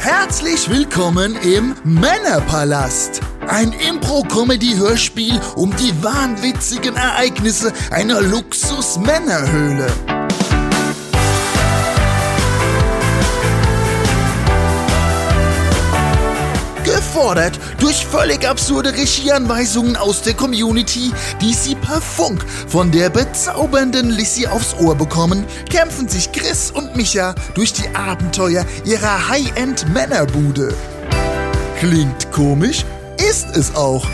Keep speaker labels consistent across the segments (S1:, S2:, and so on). S1: Herzlich willkommen im Männerpalast. Ein Impro-Comedy-Hörspiel um die wahnwitzigen Ereignisse einer Luxus-Männerhöhle. Gefordert durch völlig absurde Regieanweisungen aus der Community, die sie per Funk von der bezaubernden Lissy aufs Ohr bekommen, kämpfen sich Chris und Micha durch die Abenteuer ihrer High-End-Männerbude. Klingt komisch, ist es auch.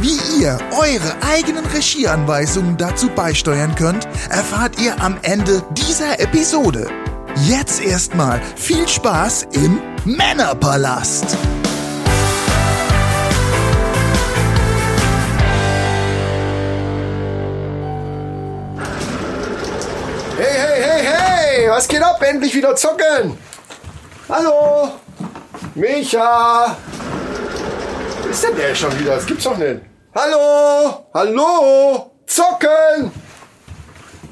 S1: Wie ihr eure eigenen Regieanweisungen dazu beisteuern könnt, erfahrt ihr am Ende dieser Episode. Jetzt erstmal viel Spaß im Männerpalast.
S2: Hey, hey, hey, hey, was geht ab? Endlich wieder zocken! Hallo! Micha! Wo ist denn der schon wieder? Das gibt's doch nicht. Hallo! Hallo! Zocken!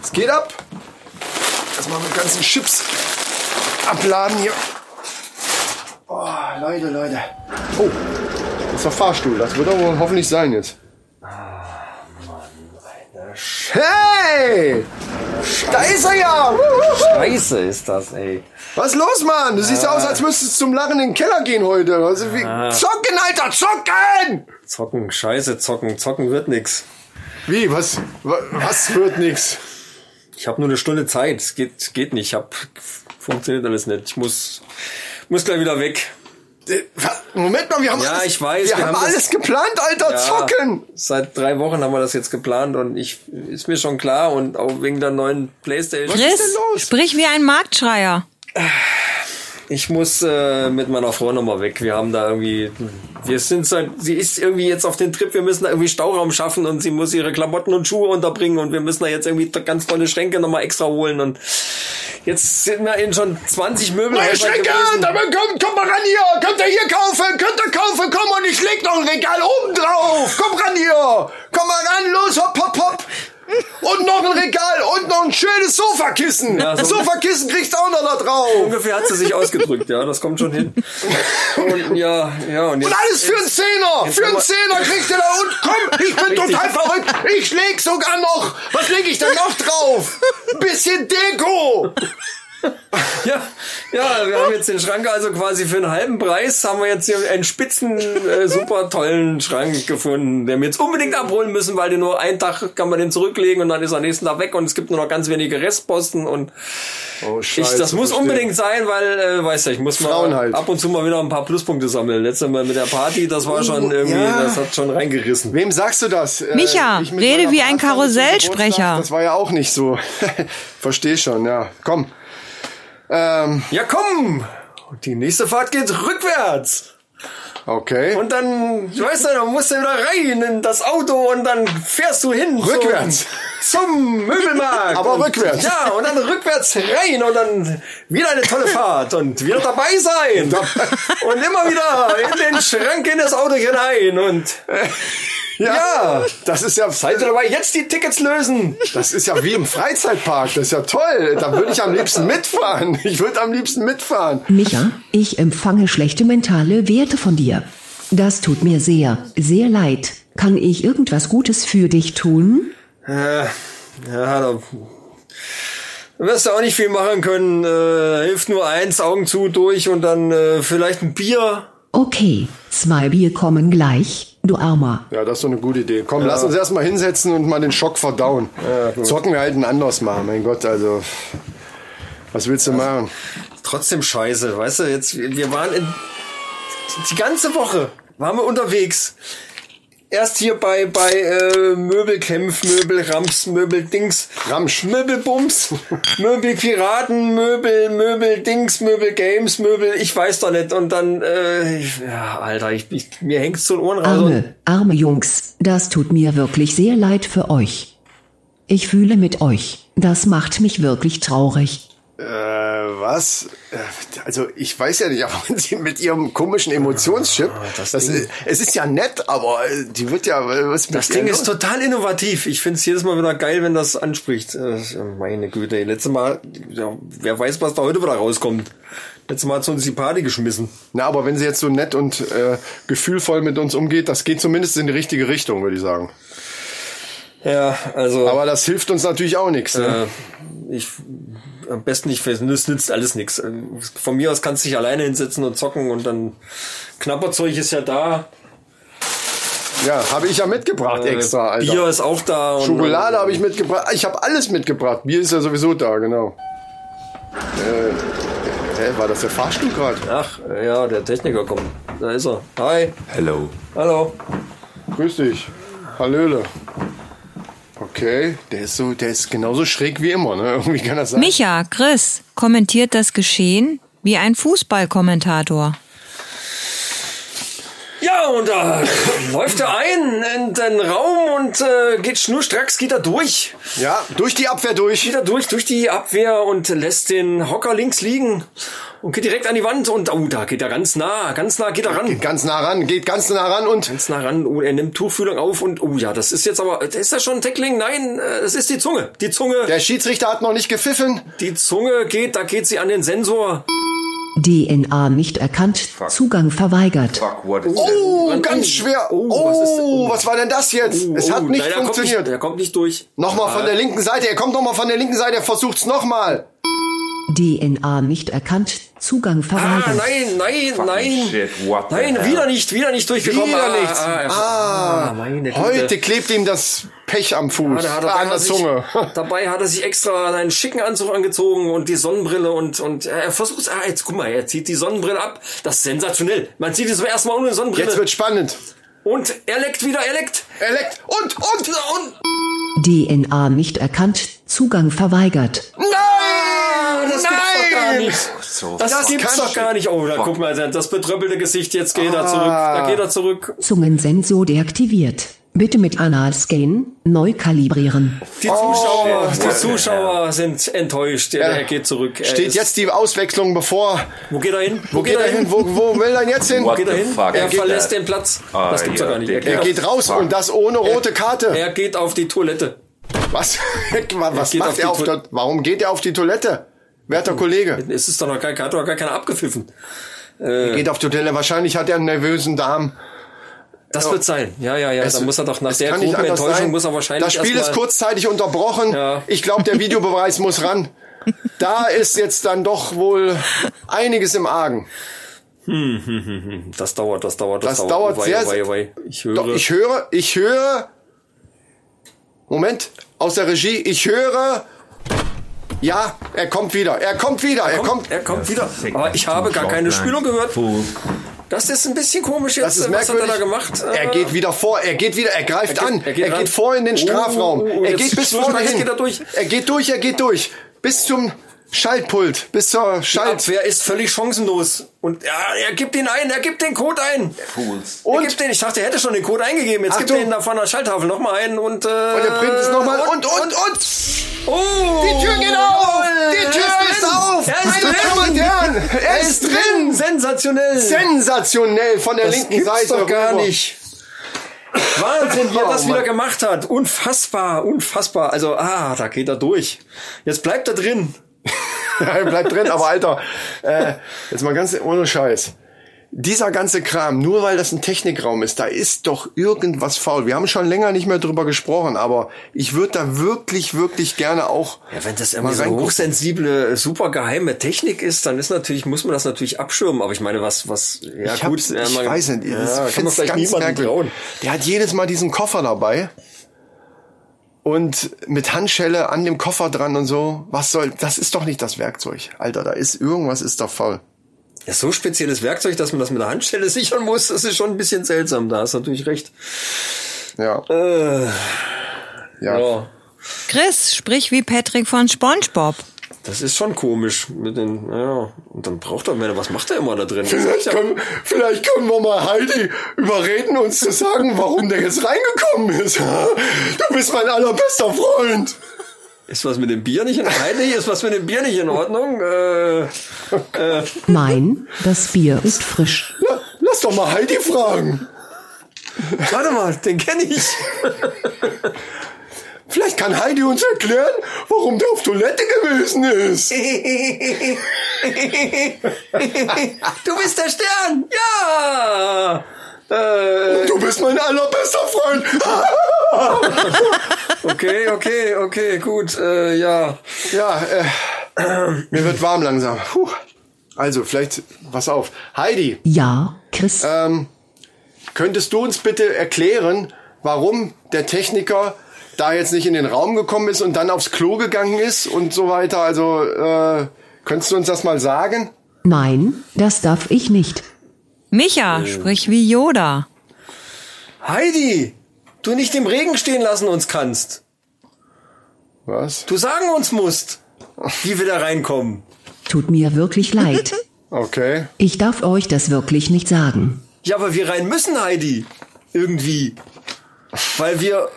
S2: Es geht ab! Erstmal mit ganzen Chips abladen hier. Oh, Leute, Leute. Oh, das ist der Fahrstuhl. Das wird aber hoffentlich sein jetzt. Ah, Hey! Da ist er ja! Wuhu!
S3: Scheiße ist das, ey.
S2: Was ist los, Mann? Du siehst ja aus, als müsstest du zum Lachen in den Keller gehen heute. Also, wie, zocken, Alter, zocken!
S3: Zocken, scheiße, zocken, zocken wird nix.
S2: Wie, was, wa- was wird nix?
S3: Ich habe nur eine Stunde Zeit. Es geht, geht nicht. Ich hab, funktioniert alles nicht. Ich muss, muss gleich wieder weg.
S2: Äh, wa- Moment mal, wir haben
S3: Ja,
S2: alles,
S3: ich weiß,
S2: wir,
S3: wir
S2: haben
S3: haben
S2: alles
S3: das-
S2: geplant, Alter, zocken!
S3: Seit drei Wochen haben wir das jetzt geplant und ich ist mir schon klar und auch wegen der neuen Playstation.
S2: Was
S4: Chris,
S2: ist denn los?
S4: sprich wie ein Marktschreier.
S3: Ich muss äh, mit meiner Frau nochmal weg. Wir haben da irgendwie, wir sind seit, sie ist irgendwie jetzt auf den Trip. Wir müssen da irgendwie Stauraum schaffen und sie muss ihre Klamotten und Schuhe unterbringen und wir müssen da jetzt irgendwie ganz tolle Schränke nochmal extra holen und jetzt sind wir in schon 20 Möbel.
S2: Meine Schränke, damit kommt, kommt mal ran hier! Könnt ihr hier kaufen, könnt ihr kaufen, komm und ich leg noch ein Regal oben drauf! Komm ran hier! Komm mal ran, los, hopp, hopp, hopp! Und noch ein Regal und noch ein schönes Sofakissen!
S3: Ja, so-
S2: Sofakissen kriegst du auch noch da drauf!
S3: Ungefähr hat sie sich ausgedrückt, ja, das kommt schon hin. Und ja, ja, und
S2: Und
S3: jetzt,
S2: alles für einen Zehner! Für einen
S3: aber-
S2: Zehner kriegt ihr da und komm, ich bin total verrückt! Ich leg sogar noch! Was leg ich denn noch drauf? Ein bisschen Deko!
S3: ja, ja, wir haben jetzt den Schrank also quasi für einen halben Preis haben wir jetzt hier einen spitzen, äh, super tollen Schrank gefunden, den wir jetzt unbedingt abholen müssen, weil den nur einen Tag kann man den zurücklegen und dann ist er am nächsten Tag weg und es gibt nur noch ganz wenige Restposten und
S2: Oh,
S3: ich,
S2: scheiße,
S3: das muss
S2: verstehe.
S3: unbedingt sein, weil, äh, weißt du, ich muss mal
S2: Frauen halt.
S3: ab und zu mal wieder ein paar Pluspunkte sammeln. Letztes Mal mit der Party, das war schon irgendwie,
S2: Oh, ja.
S3: das hat schon reingerissen.
S2: Wem sagst du das? Äh,
S4: Micha,
S2: ich mit
S4: rede
S2: meiner
S4: wie ein
S2: Partnerin zum
S4: Karussellsprecher.
S2: Geburtstag, Das war ja auch nicht so. Versteh schon, ja. Komm. Ähm,
S3: Ja, komm! Und die nächste Fahrt geht rückwärts!
S2: okay.
S3: Und dann, ich weiß nicht, dann musst du wieder rein in das Auto und dann fährst du hin.
S2: Rückwärts.
S3: Zum, zum Möbelmarkt.
S2: Aber
S3: und,
S2: rückwärts.
S3: Ja, und dann rückwärts rein und dann wieder eine tolle Fahrt und wieder dabei sein. und immer wieder in den Schrank in das Auto hinein und ja.
S2: Das ist ja,
S3: seid ihr dabei, jetzt die Tickets lösen.
S2: das ist ja wie im Freizeitpark. Das ist ja toll. Da würde ich am liebsten mitfahren. Ich würde am liebsten mitfahren.
S5: Micha, ich empfange schlechte mentale Werte von dir. Das tut mir sehr, sehr leid. Kann ich irgendwas Gutes für dich tun?
S3: Äh, ja, da wirst du auch nicht viel machen können. Äh, hilft nur eins, Augen zu, durch und dann äh, vielleicht ein Bier.
S5: Okay, zwei Bier kommen gleich, du Armer.
S2: Ja, das ist so eine gute Idee. Komm, lass uns erstmal hinsetzen und mal den Schock verdauen. Zocken wir halt ein anderes Mal. Mein Gott, also. Was willst du machen?
S3: trotzdem scheiße, weißt du, jetzt, wir wir waren in, die ganze Woche waren wir unterwegs. Erst hier bei, bei äh, Möbelkämpf, Möbelrams, Möbeldings,
S2: Ramsch.
S3: Möbelbums, Möbelpiraten, Möbel, Möbeldings, Möbelgames, Möbel, ich weiß doch nicht. Und dann, äh, ich, ja, Alter, ich, ich, mir hängt's zu den Ohren raus. Und
S5: Arme, arme Jungs, das tut mir wirklich sehr leid für euch. Ich fühle mit euch, das macht mich wirklich traurig.
S2: Äh, was? Äh, Also ich weiß ja nicht, aber sie mit ihrem komischen Emotionschip,
S3: Ah, das
S2: das
S3: Ding.
S2: ist, es ist ja nett, aber äh, die wird ja genau. was mit
S3: Das
S2: ihr
S3: Ding
S2: los?
S3: ist total innovativ. Ich find's jedes Mal wieder geil, wenn das anspricht. Äh, Meine Güte, letztes Mal, ja, wer weiß, was da heute wieder rauskommt. Letztes Mal hat sie uns die Party geschmissen.
S2: Na, aber wenn sie jetzt so nett und äh, gefühlvoll mit uns umgeht, das geht zumindest in die richtige Richtung, würde ich sagen.
S3: Ja, also
S2: Aber das hilft uns natürlich auch nichts. Ne?
S3: äh, ich am besten nicht fest. Das nützt alles nichts. Von mir aus kannst du dich alleine hinsetzen und zocken und dann Knapperzeug ist ja da.
S2: Ja, habe ich ja mitgebracht extra. also.
S3: Äh,
S2: Alter.
S3: Bier ist auch da. und-
S2: Schokolade habe ich mitgebracht. Ah, Ich habe alles mitgebracht. Bier ist ja sowieso da, genau. Äh, hä, war das der Fahrstuhl gerade?
S3: Ach, äh, ja, der Techniker kommt. Da ist er. Hi.
S4: Hello.
S3: Hallo.
S2: Grüß dich. Hallöle. Okay, der ist so, der ist genauso schräg wie immer, ne? Irgendwie kann das sein.
S6: Micha, Chris kommentiert das Geschehen wie ein Fußballkommentator.
S3: Ja, und da läuft er ein in den Raum und äh, geht schnurstracks, geht er durch.
S2: Ja, durch die Abwehr durch.
S3: Geht er durch, durch die Abwehr und lässt den Hocker links liegen und geht direkt an die Wand und, oh, da geht er ganz nah, ganz nah geht er ran.
S2: Ganz nah ran, geht ganz nah ran und
S3: Ganz nah ran, oh, er nimmt Tuchfühlung auf und, oh ja, das ist jetzt aber, ist das schon ein Tackling? Nein, äh, es ist die Zunge. Die Zunge,
S2: der Schiedsrichter hat noch nicht gepfiffen.
S3: die Zunge geht, da geht sie an den Sensor.
S5: DNA nicht erkannt, Zugang verweigert.
S4: Fuck, what is that?
S2: Oh,
S3: Ran-
S2: ganz schwer. Oh,
S3: Oh,
S2: was,
S3: was ist- oh.
S2: war denn das jetzt?
S3: Oh,
S2: es hat
S3: oh,
S2: nicht
S3: nein, er Kommt
S2: funktioniert.
S3: nicht, er kommt nicht durch.
S2: Nochmal von der linken Seite. Er kommt nochmal von der linken Seite. Er versucht's nochmal.
S5: DNA nicht erkannt, Zugang verweigert.
S3: Ah, nein, nein,
S4: Fucking
S3: nein.
S4: shit, what the
S3: nein,
S4: hell?
S3: wieder nicht, wieder nicht durchgekommen.
S2: Wieder
S3: ah,
S2: nichts.
S3: Ah, ah, ah, meine Güte.
S2: Heute klebt ihm das Pech am
S3: Ah,
S2: Fuß.
S3: da hat er-
S2: ah, an der
S3: hat er
S2: Zunge.
S3: Sich, dabei hat er sich extra einen schicken Anzug angezogen und die Sonnenbrille und, und er versucht, ah, jetzt guck mal, er zieht die Sonnenbrille ab. Das ist sensationell. Man sieht es zum ersten Mal ohne Sonnenbrille.
S2: Jetzt wird spannend.
S3: und er leckt wieder, er leckt.
S2: Er leckt. Und, und, und.
S5: DNA nicht erkannt, Zugang verweigert.
S2: Nein!
S3: Ah, Das
S2: Nein!
S3: gibt's doch gar nicht.
S4: So,
S3: Das,
S2: Das
S3: gibt's
S2: kann
S3: doch
S2: ich-
S3: gar nicht. Oh, da guck mal, das betröppelte Gesicht, jetzt geht er zurück.
S2: Ah.
S3: Da geht er zurück.
S5: Zungensensor deaktiviert. Bitte mit Analscan neu kalibrieren.
S3: Die
S2: Oh,
S3: Zuschauer,
S4: shit.
S3: die Zuschauer sind enttäuscht. Er, er geht zurück. Er
S2: Steht
S3: ist-
S2: jetzt die Auswechslung bevor.
S3: Wo geht er hin?
S2: Wo geht er hin? Wo, wo will er jetzt hin?
S4: What
S3: Geht er
S4: the
S3: hin?
S4: fuck
S3: Er
S4: is
S3: verlässt
S4: that?
S3: den Platz.
S4: Ah,
S3: Das gibt's
S4: ja,
S3: doch gar nicht. Er
S4: der-
S2: Er
S3: geht,
S2: geht raus und das ohne rote Karte.
S3: er geht auf die Toilette.
S2: Was, was
S3: geht
S2: macht
S3: auf
S2: er
S3: die
S2: auf
S3: Toil- Hm.
S2: der... Warum geht er auf die Toilette? Werter Kollege,
S3: Es ist doch noch gar, hat doch gar keiner abgepfiffen.
S2: er geht auf die Toilette. Wahrscheinlich hat er einen nervösen Darm.
S3: Das wird sein. Ja, ja, ja. Da Also muss er doch nach
S2: es
S3: der
S2: kann nicht
S3: groben
S2: anders
S3: Enttäuschung
S2: sein.
S3: muss er wahrscheinlich
S2: Das Spiel
S3: erst
S2: ist
S3: mal-
S2: kurzzeitig unterbrochen.
S3: Ja.
S2: Ich glaube, der Videobeweis muss ran. Da ist jetzt dann doch wohl einiges im Argen.
S3: Das dauert, das dauert, das,
S2: Das dauert
S3: Wei,
S2: sehr,
S3: wei, wei. Ich höre.
S2: Doch, ich höre, ich höre. Moment, aus der Regie, ich höre. Ja, er kommt wieder, er kommt wieder, er kommt.
S3: er kommt wieder. Aber ich habe gar keine
S2: ne?
S3: Spülung gehört. Das ist ein bisschen komisch jetzt.
S2: Das ist
S3: Was hat
S2: merkwürdig.
S3: er da gemacht? Ah.
S2: Er geht wieder vor, er geht wieder, er greift
S3: geht-
S2: an, er
S3: er
S2: geht,
S3: geht ran.
S2: vor in den
S3: Oh,
S2: Strafraum,
S3: oh, oh,
S2: er
S3: jetzt
S2: geht bis
S3: schwurscht
S2: vorne
S3: man, jetzt
S2: hin.
S3: geht er durch.
S2: er geht durch, er geht durch, bis zum Schaltpult, bis zur
S3: Die
S2: Schalt.
S3: Abwehr ist völlig chancenlos. Und ja, er gibt ihn ein, er gibt den Code ein.
S4: Fools.
S3: Und
S2: Und-
S3: er gibt den, ich dachte, er hätte schon den Code eingegeben. Jetzt gibt
S2: Achtung.
S3: er ihn da von der Schalttafel nochmal ein und, äh, und
S2: Und er bringt es nochmal und, und, und!
S3: Oh!
S2: Die Tür geht auf! Die Tür ist auf!
S3: Er ist
S2: Meine Damen und
S3: drin!
S2: Herren, er ist drin!
S3: Sensationell!
S2: Sensationell von der linken Seite.
S3: doch gar
S2: rüber.
S3: nicht. Wahnsinn, wie er
S2: Oh,
S3: das wieder
S2: Mann.
S3: gemacht hat. Unfassbar, unfassbar. Also, ah, da geht er durch. Jetzt bleibt er drin.
S2: Ja, Bleib drin, aber Alter, äh, jetzt mal ganz ohne Scheiß. Dieser ganze Kram, nur weil das ein Technikraum ist, da ist doch irgendwas faul. Wir haben schon länger nicht mehr drüber gesprochen, aber ich würde da wirklich, wirklich gerne auch.
S3: Ja, wenn das immer
S2: mal
S3: so
S2: reingucken.
S3: hochsensible, super geheime Technik ist, dann ist natürlich, muss man das natürlich abschirmen. Aber ich meine, was, was, ja
S2: ich
S3: gut,
S2: hab's,
S3: ja,
S2: ich
S3: man-
S2: weiß nicht, ich
S3: ja, kann man
S2: find's
S3: vielleicht
S2: ganz
S3: niemandem
S2: merkwürdig.
S3: trauen.
S2: Der hat jedes Mal diesen Koffer dabei und mit Handschelle an dem Koffer dran und so. Was soll, das ist doch nicht das Werkzeug. Alter, da ist irgendwas ist da faul.
S3: Ja, so spezielles Werkzeug, dass man das mit der Handstelle sichern muss, das ist schon ein bisschen seltsam. Da hast du natürlich recht.
S2: Ja.
S3: Äh,
S2: ja.
S3: ja.
S6: Chris, sprich wie Patrick von SpongeBob.
S3: Das ist schon komisch mit den, ja. Und dann braucht er mehr. Was macht er immer da drin? Das ist
S2: Vielleicht
S3: ja-
S2: können, vielleicht können wir mal Heidi überreden, uns zu sagen, warum der jetzt reingekommen ist. Du bist mein allerbester Freund.
S3: Ist was mit dem Bier nicht in Ordnung? Heidrich, ist was mit dem Bier nicht in Ordnung? Äh, äh,
S5: Nein, das Bier ist frisch.
S2: Na, lass doch mal Heidi fragen.
S3: warte mal, den kenne ich.
S2: Vielleicht kann Heidi uns erklären, warum der auf Toilette gewesen ist.
S3: Du bist der Stern! Ja! Äh,
S2: Du bist mein allerbester Freund. Ah.
S3: okay, okay, okay, gut, äh, ja.
S2: Ja, äh, mir wird warm langsam. Puh. Also, vielleicht, pass auf. Heidi,
S5: Ja, Chris.
S2: ähm, könntest du uns bitte erklären, warum der Techniker da jetzt nicht in den Raum gekommen ist und dann aufs Klo gegangen ist und so weiter? Also, äh, könntest du uns das mal sagen?
S5: Nein, das darf ich nicht.
S3: Oh.
S6: Micha, sprich wie Yoda.
S3: Heidi, du nicht im Regen stehen lassen uns kannst.
S2: Was?
S3: Du sagen uns musst, wie wir da reinkommen.
S5: Tut mir wirklich leid.
S2: Okay.
S5: Ich darf euch das wirklich nicht sagen.
S3: Ja, aber wir rein müssen, Heidi. Irgendwie. Weil wir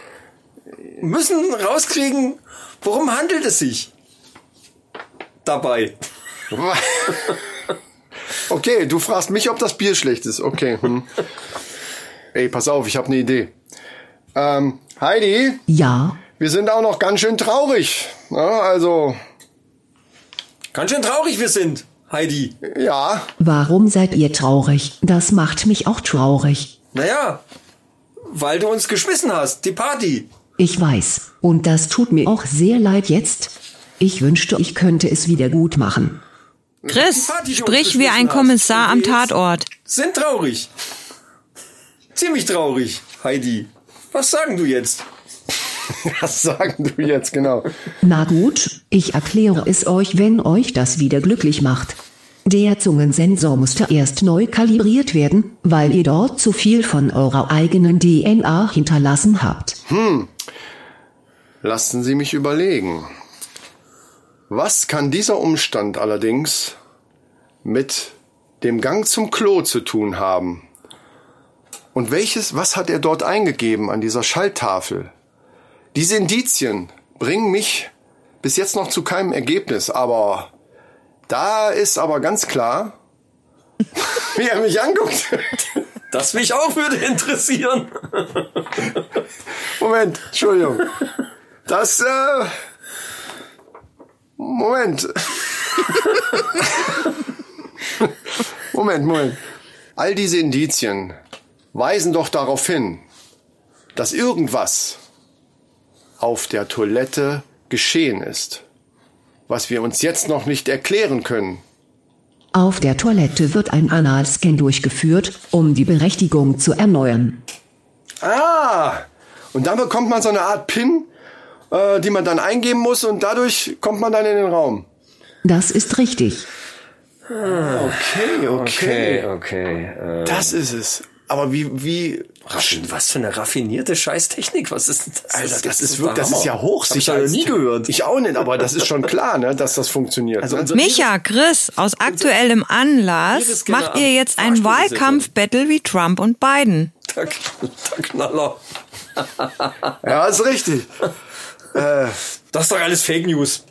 S3: müssen rauskriegen, worum handelt es sich dabei.
S2: Okay, du fragst mich, ob das Bier schlecht ist. Okay. Hm. Ey, pass auf, ich habe eine Idee. Ähm, Heidi,
S5: Ja,
S2: wir sind auch noch ganz schön traurig. Ja, also,
S3: Ganz schön traurig wir sind, Heidi.
S2: ja,
S5: warum seid ihr traurig? Das macht mich auch traurig.
S3: Naja, weil du uns geschmissen hast, die Party.
S5: Ich weiß. Und das tut mir auch sehr leid jetzt. Ich wünschte, ich könnte es wieder gut machen.
S6: Chris,
S3: Die Party, die uns
S6: sprich wie ein
S3: geschmissen
S6: Kommissar
S3: hast.
S6: am
S3: Und wir jetzt-
S6: Tatort.
S3: Sind traurig. Ziemlich traurig, Heidi. Was sagen du jetzt?
S2: was sagen du jetzt genau?
S5: Na gut, ich erkläre es euch, wenn euch das wieder glücklich macht. Der Zungensensor musste erst neu kalibriert werden, weil ihr dort zu viel von eurer eigenen DNA hinterlassen habt.
S2: Lassen Sie mich überlegen. Was kann dieser Umstand allerdings mit dem Gang zum Klo zu tun haben? Und welches, was hat er dort eingegeben an dieser Schalltafel? Diese Indizien bringen mich bis jetzt noch zu keinem Ergebnis, aber da ist aber ganz klar, wie er mich anguckt.
S3: Das mich auch würde interessieren.
S2: Moment, Entschuldigung. Das, äh. Moment. Moment, Moment. All diese Indizien weisen doch darauf hin, dass irgendwas auf der Toilette geschehen ist, was wir uns jetzt noch nicht erklären können.
S5: Auf der Toilette wird ein Analscan durchgeführt, um die Berechtigung zu erneuern.
S2: Ah! Und dann bekommt man so eine Art PIN, äh, die man dann eingeben muss und dadurch kommt man dann in den Raum.
S5: Das ist richtig.
S2: Okay, äh.
S3: okay.
S2: Das ist es. Aber wie, wie,
S3: was für eine raffinierte Scheißtechnik. Was ist denn das?
S2: Alter, das
S3: der
S2: ist wirklich, das
S3: Hammer.
S2: ist ja
S3: Hab ich ja
S2: hochsicher.
S3: noch nie gehört.
S2: Ich auch nicht, aber das ist schon klar, ne, dass das funktioniert. Also,
S6: Micha, Chris, aus aktuellem Anlass
S3: Iris-Scanner
S6: macht ihr jetzt
S3: am
S6: ein
S3: Fahrstuhl sitzen.
S6: Wahlkampf-Battle wie Trump und Biden.
S3: Der, der Knaller.
S2: ja, ist richtig.
S3: Das ist doch alles Fake News.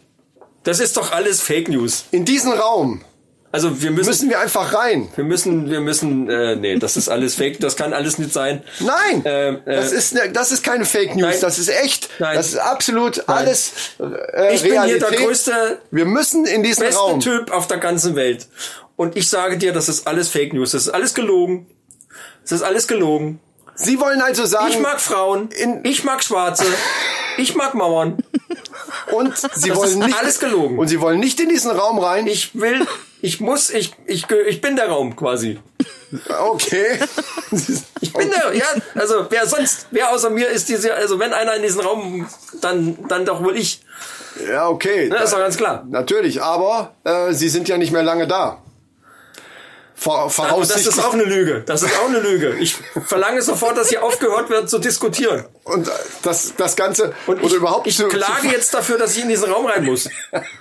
S3: Das ist doch alles Fake News.
S2: In diesen Raum
S3: Also wir müssen,
S2: müssen wir einfach rein.
S3: wir müssen, wir müssen, äh, nee, das ist alles Fake, das kann alles nicht sein.
S2: Nein,
S3: Ähm, äh,
S2: das ist ne, das ist keine Fake News,
S3: Nein.
S2: das ist echt,
S3: Nein.
S2: das ist absolut alles äh,
S3: Ich bin hier
S2: Realität.
S3: der größte,
S2: wir müssen in diesen
S3: beste
S2: Raum.
S3: Typ auf der ganzen Welt. Und ich sage dir, das ist alles Fake News, das ist alles gelogen. Das ist alles gelogen.
S2: Sie wollen also sagen
S3: Ich mag Frauen,
S2: In-
S3: ich mag Schwarze, ich mag Mauern.
S2: und sie
S3: Das
S2: wollen
S3: ist
S2: nicht
S3: alles gelogen.
S2: und sie wollen nicht in diesen Raum rein.
S3: Ich will, ich muss, ich, ich, geh- ich bin der Raum quasi.
S2: okay.
S3: Ich bin der, ja, also wer sonst, wer außer mir ist diese, also wenn einer in diesen Raum, dann, dann doch wohl ich.
S2: ja, okay.
S3: Ne, ist doch ganz klar.
S2: Natürlich, aber äh, sie sind ja nicht mehr lange da. Vor,
S3: Und Oh, das
S2: voraussichtlich.
S3: ist auch eine Lüge. Das ist auch eine Lüge. Ich verlange sofort, dass hier aufgehört wird zu diskutieren.
S2: und äh, das, das Ganze.
S3: Und ich,
S2: oder überhaupt
S3: ich
S2: zu-
S3: klage
S2: zu-
S3: jetzt dafür, dass ich in diesen Raum rein muss.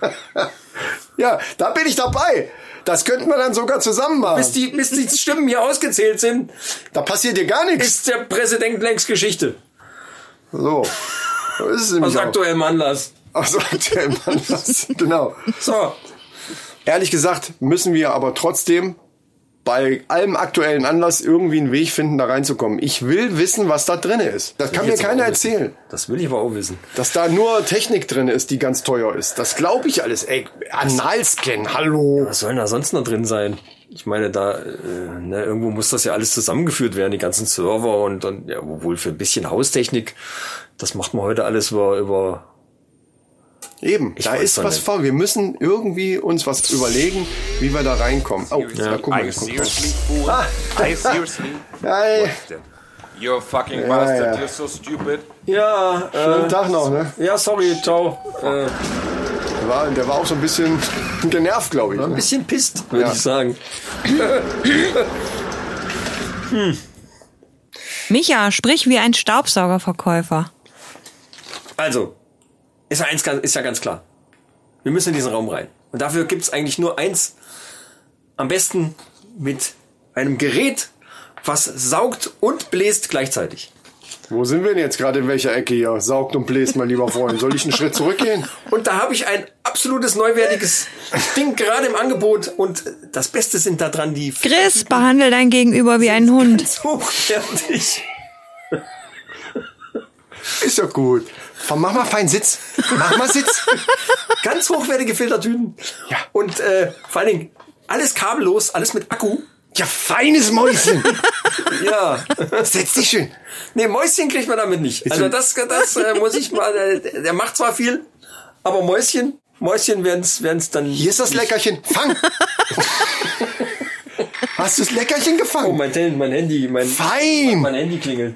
S2: Ja, da bin ich dabei. Das könnten wir dann sogar zusammen machen.
S3: Bis die, bis die Stimmen hier ausgezählt sind,
S2: da passiert dir gar nichts.
S3: ist der Präsident längst Geschichte.
S2: So. So ist es nämlich
S3: Aus
S2: auch.
S3: aktuellem Anlass.
S2: Also der Mann, das, genau.
S3: So,
S2: Ehrlich gesagt müssen wir aber trotzdem bei allem aktuellen Anlass irgendwie einen Weg finden, da reinzukommen. Ich will wissen, was da drin ist. Das kann mir
S3: Jetzt aber
S2: keiner
S3: auch
S2: erzählen.
S3: Wissen. Das will ich aber auch wissen.
S2: Dass da nur Technik drin ist, die ganz teuer ist. Das glaube ich alles. Ey, Analscan, hallo.
S3: Was soll denn da sonst noch drin sein? Ich meine, da, äh, ne, irgendwo muss das ja alles zusammengeführt werden, die ganzen Server und, und ja, wohl für ein bisschen Haustechnik. Das macht man heute alles über, über
S2: Eben,
S3: Ich
S2: da
S3: weiß
S2: ist
S3: doch
S2: was
S3: nicht.
S2: vor. Wir müssen irgendwie uns was überlegen, wie wir da reinkommen. Oh, da guck mal. da guck mal.
S4: I
S2: Ah.
S4: seriously, fool. I seriously.
S2: Hey,
S4: You're a fucking bastard.
S2: ja.
S4: You're so stupid.
S3: Ja,
S2: schönen
S3: äh,
S2: Tag noch, ne?
S3: ja, sorry, ciao. Äh,
S2: Der war, der war auch so ein bisschen genervt, glaube ich.
S3: ein
S2: Ne?
S3: bisschen pisst, würde
S2: Ja.
S3: ich sagen.
S6: Micha, sprich wie ein Staubsaugerverkäufer.
S3: Also, ist ja, eins, ganz- ist ja ganz klar. Wir müssen in diesen Raum rein. Und dafür gibt's eigentlich nur eins. Am besten mit einem Gerät, was saugt und bläst gleichzeitig.
S2: Wo sind wir denn jetzt gerade in welcher Ecke hier? Saugt und bläst, mein lieber Freund. Soll ich einen Schritt zurückgehen?
S3: Und da habe ich ein absolutes neuwertiges Ding gerade im Angebot. Und das Beste sind da dran die
S6: Chris, behandle dein Gegenüber wie einen Hund.
S3: ganz hochwertig.
S2: Ist ja gut. Mach mal feinen Sitz. Mach mal Sitz.
S3: Ganz hochwertige Filtertüten.
S2: Ja.
S3: Und äh, vor allen Dingen alles kabellos, alles mit Akku.
S2: Ja, feines Mäuschen.
S3: Ja.
S2: Setz dich schön.
S3: Nee, Mäuschen kriegt man damit nicht. Also das, das äh, muss ich mal. Äh, der macht zwar viel, aber Mäuschen, Mäuschen werden's, werden's dann.
S2: Hier ist das Leckerchen. Fang. Hast du das Leckerchen gefangen?
S3: Oh, mein, Tel- mein Handy, mein, Oh mein Äh,
S2: Fein.
S3: Handy klingelt.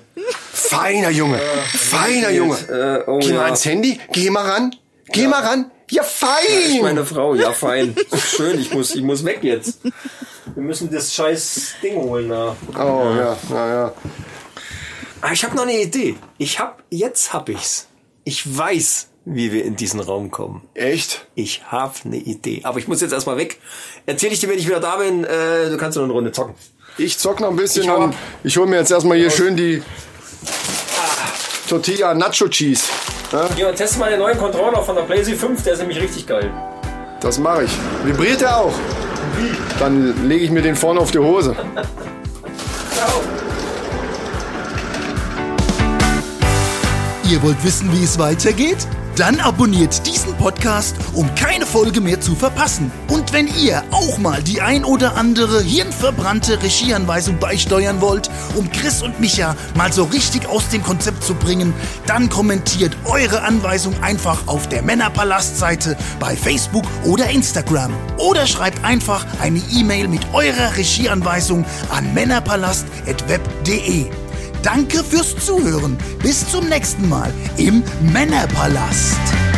S2: Feiner Junge. Feiner Junge.
S3: Äh, oh
S2: Geh mal
S3: ja.
S2: ans Handy. Geh mal ran. Geh mal ran. Ja,
S3: Ich
S2: fein.
S3: meine Frau, ja fein, schön. Ich muss, ich muss weg jetzt. Wir müssen das scheiß Ding holen. Na.
S2: Oh, ja, ja, ja.
S3: Aber Ah, ich habe noch eine Idee. Ich hab, jetzt hab ich's. Ich weiß, wie wir in diesen Raum kommen.
S2: Echt?
S3: Ich hab eine Idee. Aber ich muss jetzt erstmal weg. Erzähl ich dir, wenn ich wieder da bin. Äh, du kannst noch eine Runde zocken.
S2: Ich zock noch ein bisschen
S3: Ich hau
S2: und
S3: ab.
S2: ich hole mir jetzt erstmal hier schön die Tortilla Nacho Cheese. Ja,
S3: Ja, teste mal den neuen Controller von der PlayStation 5. Der ist nämlich richtig geil.
S2: das mache ich. Vibriert er auch? Dann lege ich mir den vorne auf die Hose.
S1: Ihr wollt wissen, wie es weitergeht? Dann abonniert diesen Podcast, um keine Folge mehr zu verpassen. Und wenn ihr auch mal die ein oder andere hirnverbrannte Regieanweisung beisteuern wollt, um Chris und Micha mal so richtig aus dem Konzept zu bringen, dann kommentiert eure Anweisung einfach auf der Männerpalast-Seite bei Facebook oder Instagram. Oder schreibt einfach eine E-Mail mit eurer Regieanweisung an männerpalast.web.de. Danke fürs Zuhören. Bis zum nächsten Mal im Männerpalast.